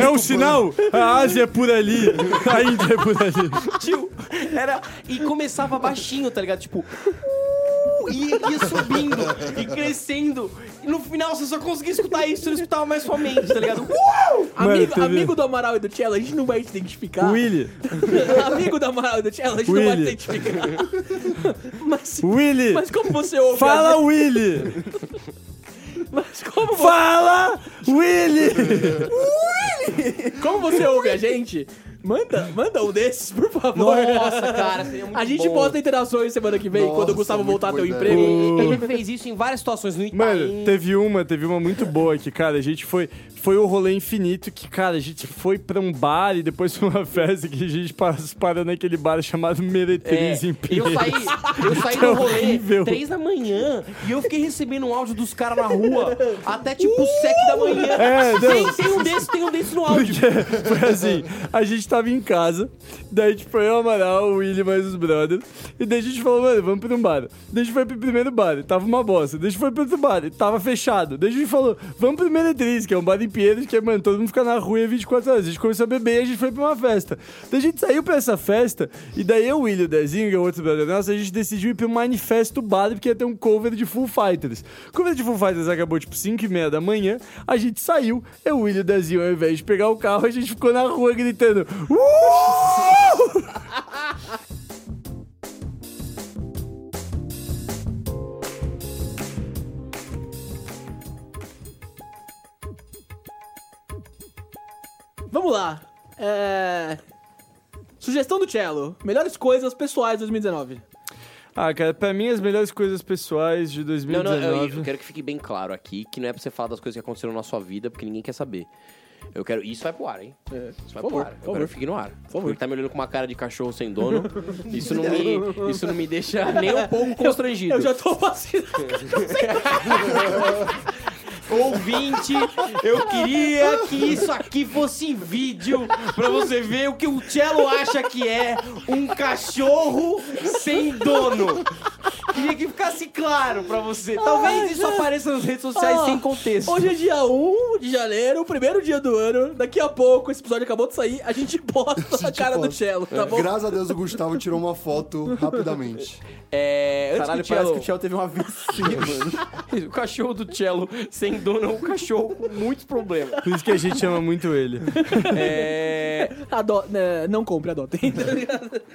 S3: É um sinal? A Ásia é por ali, a Índia é por ali.
S4: Tio, era. E começava baixinho, tá ligado? Tipo. uh, E ia subindo e crescendo. E no final você só conseguia escutar isso, você não escutava mais sua mente, tá ligado?
S5: Amigo,
S3: teve-
S5: amigo do Amaral e do Cello, a gente não vai se identificar.
S3: Willy,
S5: Amigo do Amaral e do Cello, a gente não vai se
S3: Willy.
S5: identificar. Mas,
S3: Willy,
S5: mas como você ouve...
S3: fala
S4: um-
S3: Willy,
S5: Mas como, vo-
S3: fala Willy.
S5: como você ouve a gente, manda, manda um desses, por favor.
S4: Nossa, cara, seria muito
S5: A gente
S4: bom.
S5: posta interações semana que vem,
S2: Nossa,
S5: quando o Gustavo
S2: muito
S5: voltar a ter o
S2: boa
S5: emprego.
S4: E- Ele fez isso em várias situações no Itaim.
S3: Mano, teve uma, teve uma muito boa que, cara, a gente foi. Foi o rolê infinito que, cara, a gente foi pra um bar e depois foi uma festa que a gente pas- parou naquele bar chamado Meretriz em
S4: e É, eu
S3: Pinheiros.
S4: saí, eu saí
S3: Que
S4: do rolê
S3: horrível.
S4: três da manhã e eu fiquei recebendo um áudio dos caras na rua até tipo sete da manhã.
S3: É, não.
S4: tem, tem um desses, tem um desses no áudio.
S3: Porque foi assim, a gente tava em casa, daí tipo eu, o Amaral, o Willy mais os brothers, e daí a gente falou, mano, vamos pra um bar. Daí a gente foi pro primeiro bar, tava uma bosta. Daí a gente foi pro outro bar, tava fechado. Daí a gente falou, vamos pro Meretriz, que é um bar em Pinheiros, que é, mano, todo mundo fica na rua e é 24 horas. A gente começou a beber e a gente foi pra uma festa. Daí a gente saiu pra essa festa, e daí eu, o Willy, o Dezinho, que é outro brother nosso, a gente decidiu ir pro Manifesto Bar, porque ia ter um cover de Full Fighters. O cover de Full Fighters acabou tipo 5 e meia da manhã, a gente saiu, eu, o Willy e o Dezinho, ao invés de pegar o carro, a gente ficou na rua gritando. "Uh!"
S5: Vamos lá. É... Sugestão do Cello. Melhores coisas pessoais de 2019.
S3: Ah, cara, pra mim as melhores coisas pessoais de
S4: Não, não,
S3: 2019.
S4: eu, eu quero que fique bem claro aqui que não é pra você falar das coisas que aconteceram na sua vida, porque ninguém quer saber. Eu quero. Isso vai pro ar, hein? Isso
S5: É, por
S4: vai pro
S5: favor,
S4: ar.
S5: por
S4: Eu quero
S5: favor.
S4: que fique no ar. Por favor. Ele tá me olhando com uma cara de cachorro sem dono. Isso não me, isso não me deixa nem um pouco constrangido.
S5: Eu já tô vacinado.
S4: Ouvinte, eu queria que isso aqui fosse em vídeo pra você ver o que o Cello acha que é um cachorro sem dono. Queria que ficasse claro pra você. Talvez isso apareça nas redes sociais
S5: Ah,
S4: sem contexto.
S5: Hoje é dia 1 de janeiro, o primeiro dia do ano. Daqui a pouco, esse episódio acabou de sair, a gente posta a,
S2: gente
S5: cara do
S2: posta.
S5: Cello,
S4: É.
S5: tá bom?
S2: Graças a Deus o Gustavo tirou uma foto rapidamente.
S4: É, antes
S6: Caralho,
S4: que o
S6: parece
S4: Cello...
S6: que o Tchel teve uma AVC, mano.
S4: O cachorro do Cello sem dono é um cachorro com muitos problemas.
S3: Por isso que a gente ama muito ele.
S4: É,
S5: Ado- né, não compre, adotem.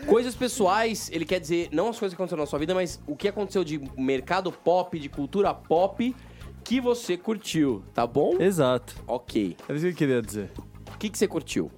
S4: coisas pessoais, ele quer dizer não as coisas que aconteceram na sua vida, mas o que aconteceu de mercado pop, de cultura pop que você curtiu, tá bom?
S3: Exato.
S4: Ok.
S3: Era isso que eu queria dizer.
S4: O que, que você curtiu?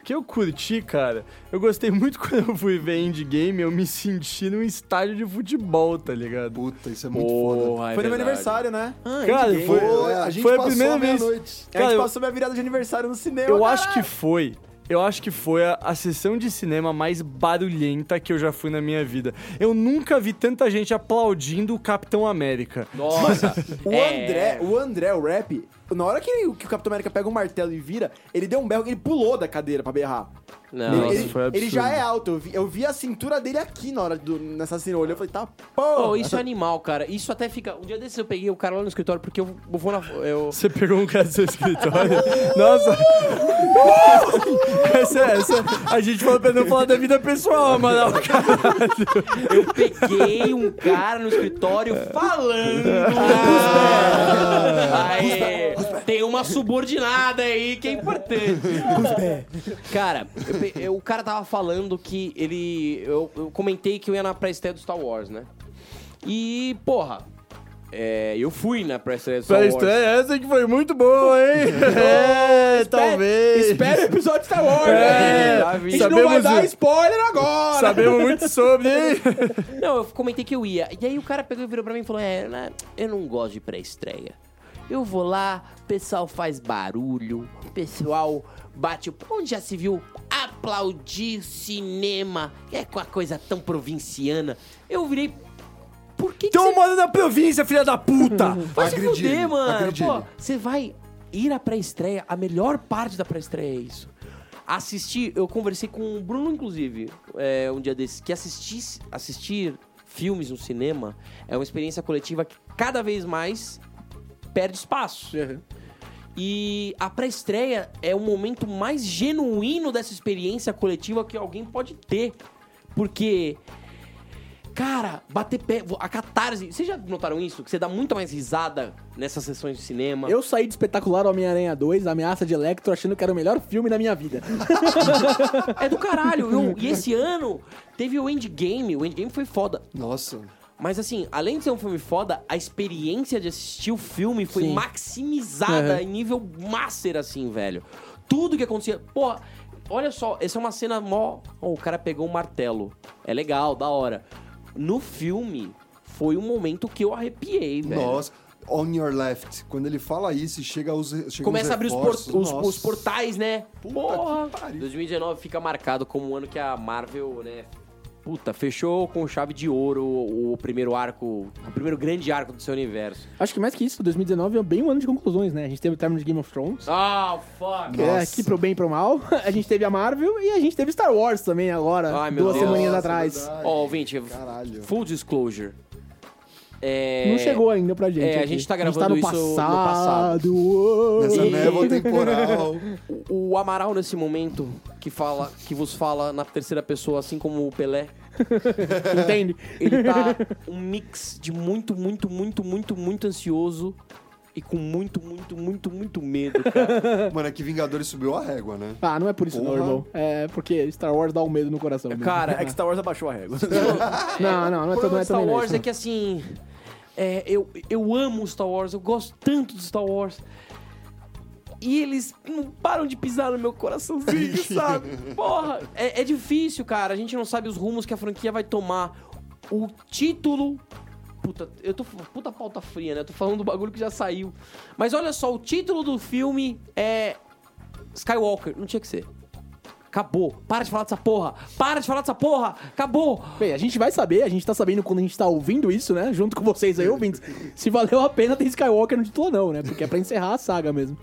S3: O que eu curti, cara, eu gostei muito quando eu fui ver Endgame, eu me senti num estádio de futebol, tá ligado?
S2: Puta, isso é muito foda.
S4: é
S6: Foi no meu
S4: verdade.
S6: aniversário, né?
S3: cara, foi,
S2: Pô, é, a gente
S3: foi a
S2: passou
S3: primeira
S2: a
S3: vez.
S2: meia-noite.
S6: a
S3: Cara,
S6: gente
S3: eu,
S6: tipo, passou minha virada de aniversário no cinema.
S3: eu
S6: cara.
S3: acho que foi. Eu acho que foi a, a sessão de cinema mais barulhenta que eu já fui na minha vida. Eu nunca vi tanta gente aplaudindo o Capitão América.
S4: Nossa.
S6: O
S4: é,
S6: André, o André, o rap, na hora que, ele- que o Capitão América pega um martelo e vira, ele deu um berro, ele pulou da cadeira pra berrar.
S4: Não,
S6: ele,
S4: nossa,
S6: ele-
S3: foi absurdo.
S6: ele já é alto. Eu vi, eu vi a cintura dele aqui na hora do, nessa cena. Eu olhei e falei, tá
S4: Pô,
S6: pô.
S4: isso é animal, cara. Isso até fica. Um dia desses eu peguei o cara lá no escritório porque eu, eu vou na. Eu...
S3: Você pegou um cara do seu escritório? Nossa! essa, é, essa, a gente falou pra não falar da vida pessoal, mano.
S4: Eu peguei um cara no escritório falando. Aí, tem uma subordinada aí que é importante. Cara, eu pe- eu- o cara tava falando que ele. Eu, eu comentei que eu ia na pré-estreia do Star Wars, né? E, porra. é, eu fui na pré-estreia do Star
S3: Pra
S4: Wars.
S3: estreia, essa que foi muito boa, hein? É, talvez.
S5: Espera o episódio Star Wars.
S3: É,
S5: né?
S4: já
S5: a
S4: vi.
S5: gente não vai
S3: Sabemos
S5: dar
S3: o-
S5: spoiler agora.
S3: Sabemos muito sobre, hein?
S4: Não, eu comentei que eu ia. E aí o cara pegou e virou pra mim e falou: É, né, eu não gosto de pré-estreia. Eu vou lá, o pessoal faz barulho, o pessoal bate. o- Onde já se viu aplaudir cinema? É com a coisa tão provinciana. Eu virei. Por que, que
S3: Então eu
S4: você
S3: moro na província, filha da puta!
S4: vai se
S2: Agredilho,
S4: fuder, mano?
S2: agredilho.
S4: Pô, você vai ir à pré-estreia, a melhor parte da pré-estreia é isso. Assistir, eu conversei com o Bruno, inclusive, é, um dia desses, que assistir, assistir filmes no cinema é uma experiência coletiva que cada vez mais perde espaço. E a pré-estreia é o momento mais genuíno dessa experiência coletiva que alguém pode ter. Porque Cara, bater pé. A catarse. Vocês já notaram isso? Que você dá muito mais risada nessas sessões de cinema.
S5: Eu saí de espetacular Homem-Aranha 2, Ameaça de Electro, achando que era o melhor filme da minha vida.
S4: É do caralho. eu- E esse ano teve o Endgame. O Endgame foi foda.
S2: Nossa.
S4: Mas assim, além de ser um filme foda, a experiência de assistir o filme foi maximizada
S5: Uhum.
S4: em nível master, assim, velho. Tudo que acontecia. Porra, olha só, essa é uma cena mó. Ó, o cara pegou um martelo. É legal, da hora. No filme, foi um momento que eu arrepiei, velho.
S2: Nossa. On your left. Quando ele fala isso e chega aos. Chega
S4: Começa a abrir os,
S2: reforços,
S4: por- os-
S2: nossa.
S4: os portais, né?
S2: Puta
S4: Porra!
S2: que pariu.
S4: 2019 fica marcado como um ano que a Marvel, né? Puta, fechou com chave de ouro o primeiro arco, o primeiro grande arco do seu universo.
S5: Acho que mais que isso, 2019 é bem um ano de conclusões, né? A gente teve o término de Game of Thrones.
S4: Ah, fuck!
S5: que é
S2: Nossa.
S5: aqui pro bem e pro mal. A gente teve a Marvel e a gente teve Star Wars também agora,
S4: Ai, meu
S5: duas
S4: Deus. É
S5: semaninhas
S2: Nossa,
S5: atrás.
S2: verdade.
S4: Ó, ouvinte,
S2: Caralho.
S4: full disclosure. É...
S5: Não chegou ainda pra gente.
S4: É, a
S5: aqui.
S4: gente tá
S5: a
S4: gravando
S5: gente tá no
S4: isso no
S5: passado.
S4: passado.
S5: uou.
S2: Nessa
S4: E-
S2: névoa temporal.
S4: O, o Amaral, nesse momento, que fala, que vos fala na terceira pessoa, assim como o Pelé,
S5: Entende?
S4: ele tá um mix de muito, muito, muito, muito, muito ansioso e com muito, muito, muito, muito medo, cara.
S2: Mano, é que Vingadores subiu a régua, né?
S5: Ah, não é por isso não,
S2: Porra.
S5: irmão. É porque Star Wars dá um medo no coração. mesmo.
S4: Cara,
S6: É que Star Wars abaixou a régua.
S5: não, não, não
S4: o
S5: é, todo, não
S4: problema
S5: é
S4: de Star
S5: também
S4: Wars
S5: isso,
S4: é que assim. é, eu, eu amo Star Wars, eu gosto tanto de Star Wars. E eles não param de pisar no meu coraçãozinho, sabe? Porra, é, é difícil, cara. A gente não sabe os rumos que a franquia vai tomar. O título. Puta, eu tô. Puta pauta fria, né? Eu tô falando do bagulho que já saiu. Mas olha só, o título do filme é. Skywalker. Não tinha que ser. Acabou. Para de falar dessa porra. Para de falar dessa porra. Acabou.
S5: Bem, a gente vai saber, a gente tá sabendo quando a gente tá ouvindo isso, né? Junto com vocês aí, ouvintes, se valeu a pena ter Skywalker no título ou não, né? Porque é pra encerrar a saga mesmo.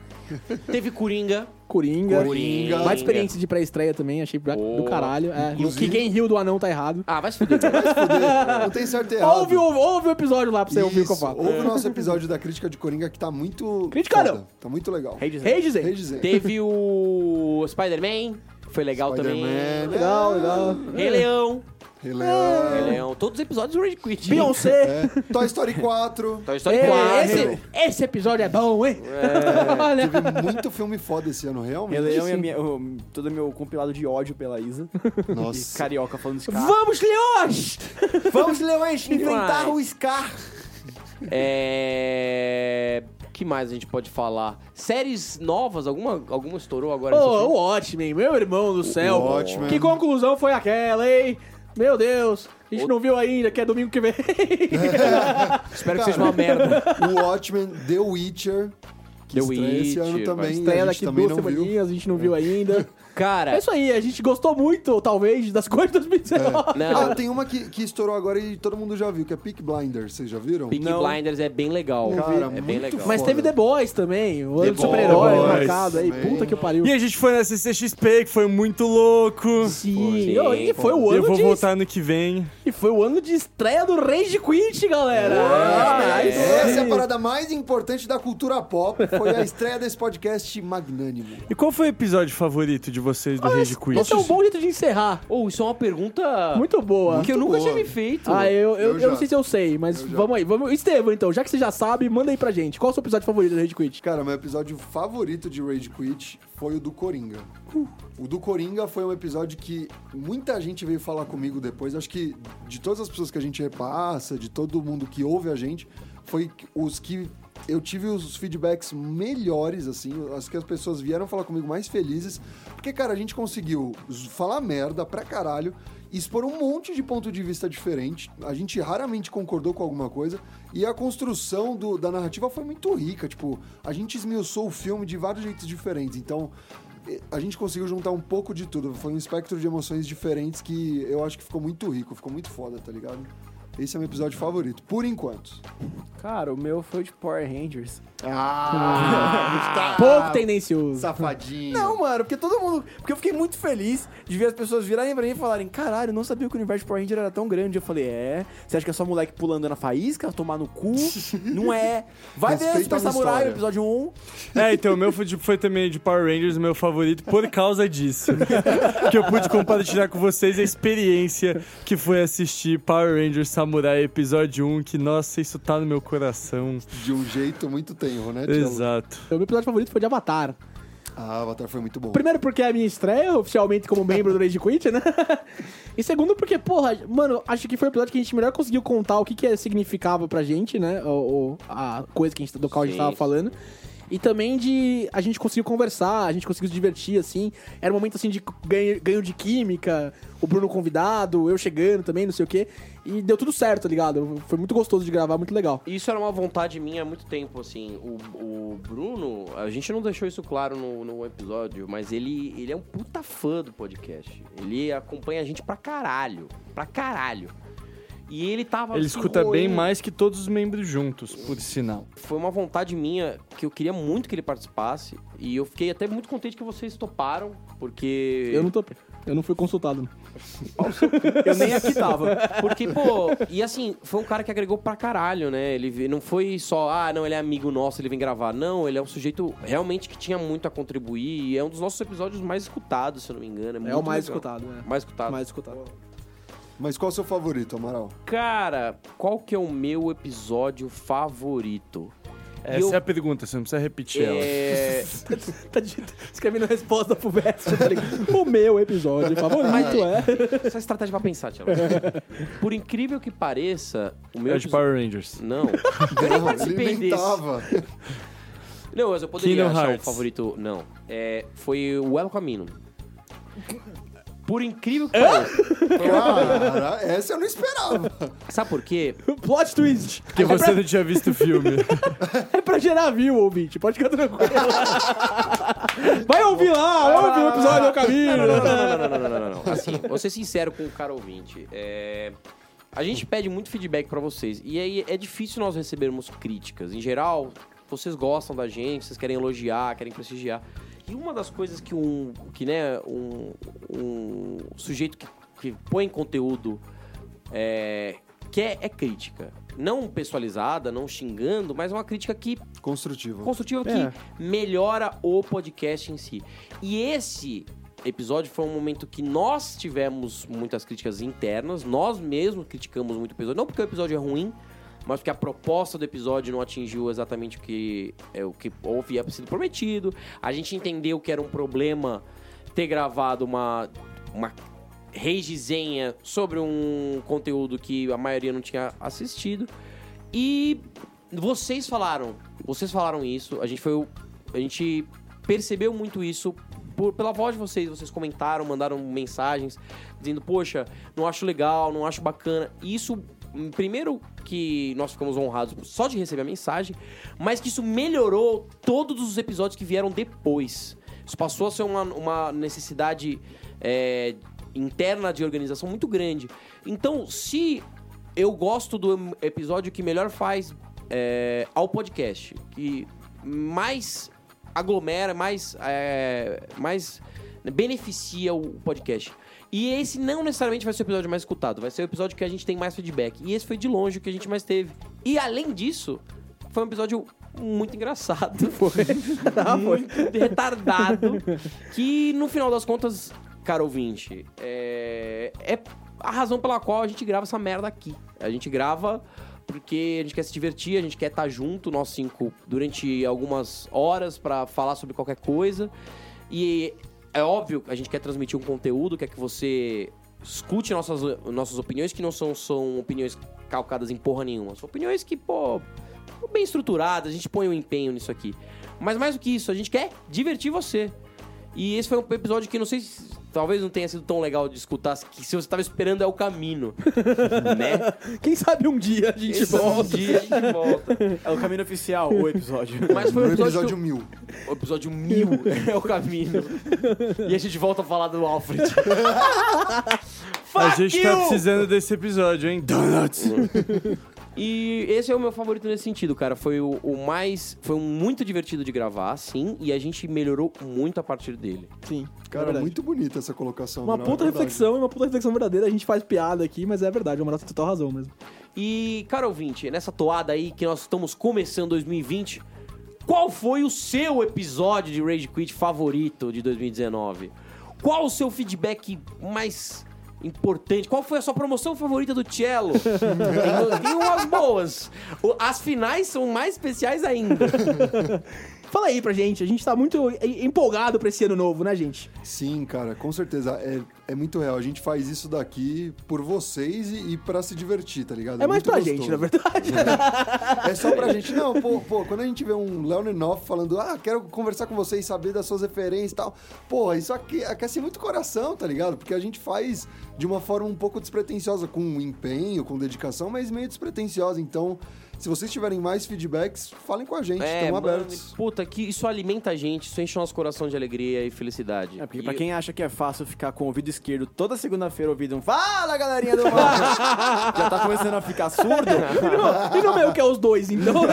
S4: Teve Coringa.
S5: Coringa.
S2: Coringa.
S5: Mais experiência de pré-estreia também, achei pra- do caralho. É. E o que
S2: Inclusive-
S5: quem riu do anão tá errado.
S4: Ah, vai se fuder.
S2: Não tem certo e errado.
S5: Ouve, ouve, ouve o episódio lá pra você ouvir o que eu
S2: Isso,
S5: falo.
S2: Ouve o nosso episódio da crítica de Coringa que tá muito.
S5: Criticarão.
S2: foda, Tá muito legal.
S6: Rei de Zé.
S5: Ei,
S2: Rei
S5: Gisele.
S2: de Zé.
S4: Teve o Spider-Man. que Foi legal
S2: Spider-Man.
S4: também.
S5: Legal, legal.
S4: Rei Leão.
S2: Rei Leão.
S4: Rei Leão. Todos os episódios do Tá, Rage Quit.
S5: Beyoncé. É,
S2: É. Toy Story 4.
S4: Toy Story
S5: Ei,
S4: 4.
S5: esse, esse episódio é bom, hein?
S4: É.
S5: Olha.
S2: Teve muito filme foda esse ano, realmente.
S6: Ele é a minha, o- todo meu compilado de ódio pela Isa. E
S2: Nossa.
S6: carioca falando Scar.
S5: Vamos, Leões!
S6: Vamos, Leões,
S4: enfrentar o
S6: Scar.
S4: É... O que mais a gente pode falar? Séries novas? Alguma, alguma estourou agora?
S5: Ô,
S4: nesse
S5: o
S4: filme?
S5: Watchmen, meu irmão do céu.
S2: Watchmen.
S5: Que conclusão foi aquela, hein? Meu Deus, a gente não viu ainda, que é domingo que vem.
S4: Espero
S2: Cara.
S4: que seja uma merda.
S2: O Watchmen, The Witcher. Que
S4: The
S2: estreia esse ano
S4: Witcher, vai
S2: também.
S5: Estreia
S2: a gente
S5: daqui
S2: também
S5: duas
S2: não viu.
S5: semaninhas, a gente não viu ainda.
S4: Cara,
S5: É isso aí, a gente gostou muito, talvez, das coisas de 2019.
S4: Não.
S2: Ah, tem uma que, que estourou agora e todo mundo já viu, que é Peak Blinders, vocês já viram?
S4: Peaky Blinders é bem legal.
S2: Cara,
S4: é bem
S2: muito
S4: legal.
S5: Mas teve The Boys também, o ano do
S4: Boys.
S5: super-herói
S3: The Boys.
S5: marcado aí.
S2: Também.
S5: Puta que pariu.
S3: E a gente foi na CCXP, que foi muito louco.
S5: Sim,
S4: Sim,
S5: ô, e foi o
S3: Eu
S5: ano
S3: vou
S5: de
S3: voltar é ano que vem.
S5: E foi o ano de estreia do Rage Quit, galera!
S4: É,
S5: Aí
S2: Essa é a
S5: sim.
S2: parada mais importante da cultura pop. Foi a estreia desse podcast magnânimo.
S3: E qual foi o episódio favorito de vocês do Rage Quit?
S5: Esse é um bom jeito de encerrar.
S4: Ou isso é uma pergunta
S5: Muito boa.
S4: que eu nunca
S2: boa.
S4: tinha me feito.
S5: Ah, eu, eu,
S2: Eu
S5: eu
S2: já.
S5: não sei se eu sei, mas
S2: Eu já.
S5: vamos aí. Vamos... Estevam, então, já que você já sabe, manda aí pra gente. Qual é o seu episódio favorito do Rage Quit?
S2: Cara, meu episódio favorito de Rage Quit foi o do Coringa. O do Coringa foi um episódio que muita gente veio falar comigo depois. Acho que de todas as pessoas que a gente repassa, de todo mundo que ouve a gente, foi os que eu tive os feedbacks melhores, assim, as que as pessoas vieram falar comigo mais felizes. Porque, cara, a gente conseguiu z- falar merda pra caralho, expor um monte de ponto de vista diferente. A gente raramente concordou com alguma coisa. E a construção do- da narrativa foi muito rica. Tipo, a gente esmiuçou o filme de vários jeitos diferentes. Então, e- a gente conseguiu juntar um pouco de tudo. Foi um espectro de emoções diferentes que eu acho que ficou muito rico, ficou muito foda, tá ligado? Esse é meu episódio favorito, por enquanto.
S6: Cara, o meu foi de Power Rangers.
S2: Ah,
S5: Pouco tendencioso.
S2: Safadinho.
S6: Não, mano, porque todo mundo. Porque eu fiquei muito feliz de ver as pessoas virarem pra mim e falarem: caralho, eu não sabia que o universo de Power Ranger era tão grande. Eu falei: é, você acha que é só moleque pulando na faísca, tomar no cu? não é. Vai ver
S2: Respeita a
S6: Super
S2: minha
S6: Samurai,
S2: história.
S6: episódio 1.
S3: É, então, o meu foi, de- foi também de Power Rangers, o meu favorito, por causa disso. que eu pude compartilhar com vocês a experiência que foi assistir Power Rangers Samurai Episódio 1, que, nossa, isso tá no meu coração.
S2: De um jeito muito tenro, né, Tiago?
S3: Exato.
S5: O meu episódio favorito foi de Avatar.
S2: Ah, Avatar foi muito bom.
S5: Primeiro porque é a minha estreia, oficialmente, como membro do Rage Quit, né? E segundo porque, porra, mano, acho que foi o episódio que a gente melhor conseguiu contar o que que é- significava pra gente, né? O, o- a coisa que a gente, do qual a gente
S4: Sim.
S5: tava falando. E também de a gente conseguiu conversar, a gente conseguiu se divertir, assim. Era um momento, assim, de ganho, ganho de química, o Bruno convidado, eu chegando também, não sei o quê. E deu tudo certo, tá ligado? Foi muito gostoso de gravar, muito legal.
S4: Isso era uma vontade minha há muito tempo, assim. O, o Bruno, a gente não deixou isso claro no, no episódio, mas ele, ele é um puta fã do podcast. Ele acompanha a gente pra caralho. Pra caralho. E ele tava.
S3: Ele
S4: se
S3: escuta bem
S4: roendo.
S3: mais que todos os membros juntos, por sinal.
S4: Foi uma vontade minha que eu queria muito que ele participasse. E eu fiquei até muito contente que vocês toparam, porque.
S5: Eu não topei. Eu não fui consultado.
S6: Eu nem aqui tava.
S4: Porque, pô, e assim, foi um cara que agregou pra caralho, né? Ele vi- não foi só, ah, não, ele é amigo nosso, ele vem gravar. Não, ele é um sujeito realmente que tinha muito a contribuir e é um dos nossos episódios mais escutados, se eu não me engano. É,
S5: É o
S4: muito
S5: mais
S4: legal.
S5: escutado, né?
S4: Mais escutado.
S5: Mais escutado.
S2: Mas qual é o seu favorito, Amaral?
S4: Cara, qual que é o meu episódio favorito? E
S3: Essa é a pergunta, você não precisa repetir ela.
S4: é...
S5: Tá digitando- escrevendo a resposta pro verso. tá ligado? o meu episódio favorito é.
S4: Só estratégia pra pensar, Tiago. Por incrível que pareça, o meu
S3: É de
S4: episo-
S3: Power Rangers.
S4: Não. Eu nem
S2: Não,
S4: participei
S2: ele nem
S4: desse.
S2: tava.
S4: Não, mas eu poderia
S3: Kingdom
S4: achar
S3: Hearts.
S4: um favorito. Não. É, foi o El Camino. Por incrível que pareça.
S2: Cara, essa eu não esperava.
S4: Sabe por quê?
S5: Plot twist.
S3: Porque
S5: é,
S3: você
S5: pra,
S3: não tinha visto o filme.
S5: é pra gerar view, ouvinte. Pode ficar tranquilo. Vai ouvir lá, ouve o episódio do
S4: Não, não,
S5: caminho.
S4: não, não, não, não, não, não, não. Assim, vou ser sincero com o cara ouvinte. É, A gente pede muito feedback pra vocês. E aí é difícil nós recebermos críticas. Em geral, vocês gostam da gente, vocês querem elogiar, querem prestigiar. E uma das coisas que um. que, né, um, um sujeito que, que põe conteúdo é, quer é crítica. Não pessoalizada, não xingando, mas uma crítica que
S2: Construtivo.
S4: construtiva
S6: É.
S4: que melhora o podcast em si. E esse episódio foi um momento que nós tivemos muitas críticas internas, nós mesmos criticamos muito o episódio, não porque o episódio é ruim, mas porque a proposta do episódio não atingiu exatamente o que é o que havia sido prometido. A gente entendeu que era um problema ter gravado uma uma regizenha sobre um conteúdo que a maioria não tinha assistido. E vocês falaram, vocês falaram isso, a gente foi o- a gente percebeu muito isso por- pela voz de vocês, vocês comentaram, mandaram mensagens dizendo, poxa, não acho legal, não acho bacana. E isso hum, primeiro que nós ficamos honrados só de receber a mensagem, mas que isso melhorou todos os episódios que vieram depois. Isso passou a ser uma, uma necessidade é, interna de organização muito grande. Então, se eu gosto do em- episódio que melhor faz é, ao podcast, que mais aglomera, mais, é, mais beneficia o podcast. E esse não necessariamente vai ser o episódio mais escutado, vai ser o episódio que a gente tem mais feedback. E esse foi de longe o que a gente mais teve. E além disso, foi um episódio muito engraçado. Foi. muito retardado. Que no final das contas, cara ouvinte, é, é a razão pela qual a gente grava essa merda aqui. A gente grava porque a gente quer se divertir, a gente quer estar junto, nós cinco, durante algumas horas pra falar sobre qualquer coisa. E é óbvio, a gente quer transmitir um conteúdo, quer que você escute nossas, nossas opiniões, que não são, são opiniões calcadas em porra nenhuma. São opiniões que, pô, bem estruturadas, a gente põe um empenho nisso aqui. Mas mais do que isso, a gente quer divertir você. E esse foi um episódio que não sei se. Talvez não tenha sido tão legal de escutar, que se você tava esperando é o caminho. né?
S5: Quem sabe um dia a gente
S4: Esse é um
S5: volta.
S4: dia a gente volta.
S6: É o caminho oficial, o episódio.
S4: Mas foi um
S2: No
S4: episódio,
S2: episódio um. mil.
S5: É
S4: que- o episódio mil é o caminho. E a gente volta a falar do Alfred.
S2: tá
S3: A
S4: Fuck
S3: gente tá
S4: you!
S3: precisando desse episódio, hein? Donuts!
S4: E esse é o meu favorito nesse sentido, cara. Foi o, o mais. Foi um muito divertido de gravar, sim. E a gente melhorou muito a partir dele.
S5: Sim. é
S2: Cara,
S5: verdade.
S2: muito bonita essa colocação.
S5: Uma
S2: não é
S5: puta
S2: verdade?
S5: reflexão, uma puta reflexão verdadeira. A gente faz piada aqui, mas é verdade. O Amaral tem total razão mesmo.
S4: E, cara ouvinte, nessa toada aí que nós estamos começando 2020, qual foi o seu episódio de Rage Quit favorito de 2019? Qual o seu feedback mais importante? Qual foi a sua promoção favorita do cello? tem, tem umas boas. O- As finais são mais especiais ainda.
S5: Fala aí pra gente. A gente tá muito em- empolgado pra esse ano novo, né, gente?
S2: Sim, cara, com certeza. É, é muito real. A gente faz isso daqui por vocês e, e pra se divertir, tá ligado?
S5: É mais
S2: muito
S5: pra
S2: gostoso.
S5: gente, na verdade.
S2: É só pra gente. Não, pô, pô, quando a gente vê um Leoninoff falando, ah, quero conversar com vocês, saber das suas referências e tal. Porra, isso aqui aquece muito o coração, tá ligado? Porque a gente faz de uma forma um pouco despretensiosa, com empenho, com dedicação, mas meio despretensiosa. Então, se vocês tiverem mais feedbacks, falem com a gente, estamos
S4: É, mano,
S2: abertos.
S4: puta, que isso alimenta a gente, isso enche o nosso coração de alegria e felicidade.
S6: É, porque
S4: E-
S6: pra quem acha que é fácil ficar com o ouvido esquerdo toda segunda-feira ouvindo um Fala, galerinha do mal! Já tá começando a ficar surdo?
S5: E no- e no meu que é os dois, então.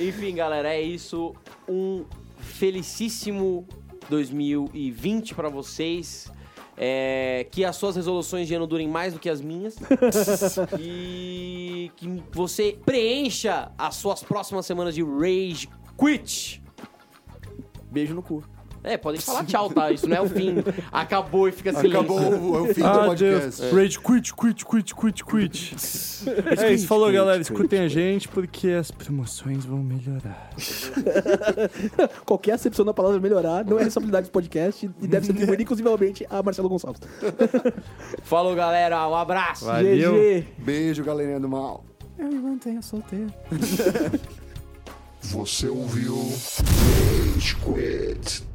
S4: Enfim, galera, é isso. Um felicíssimo 2020 pra vocês. É, que as suas resoluções de ano durem mais do que as minhas. e que você preencha as suas próximas semanas de Rage Quit.
S6: Beijo no cu.
S4: É, podem falar tchau, tá? Isso não é o fim. Acabou e fica silêncio.
S2: Acabou o, o fim do
S3: Ah, Deus.
S2: podcast.
S3: Rage quit, quit, quit, quit, quit. É isso, falou, galera. Escutem a gente porque as promoções vão melhorar.
S5: Qualquer acepção da palavra melhorar não é responsabilidade do podcast e deve ser atribuída, inclusive, a Marcelo Gonçalves.
S4: Falou, galera. Um abraço.
S3: Valeu.
S5: GG.
S2: Beijo, galerinha do mal.
S6: Eu me mantenho solteiro.
S1: Você ouviu Rage Quit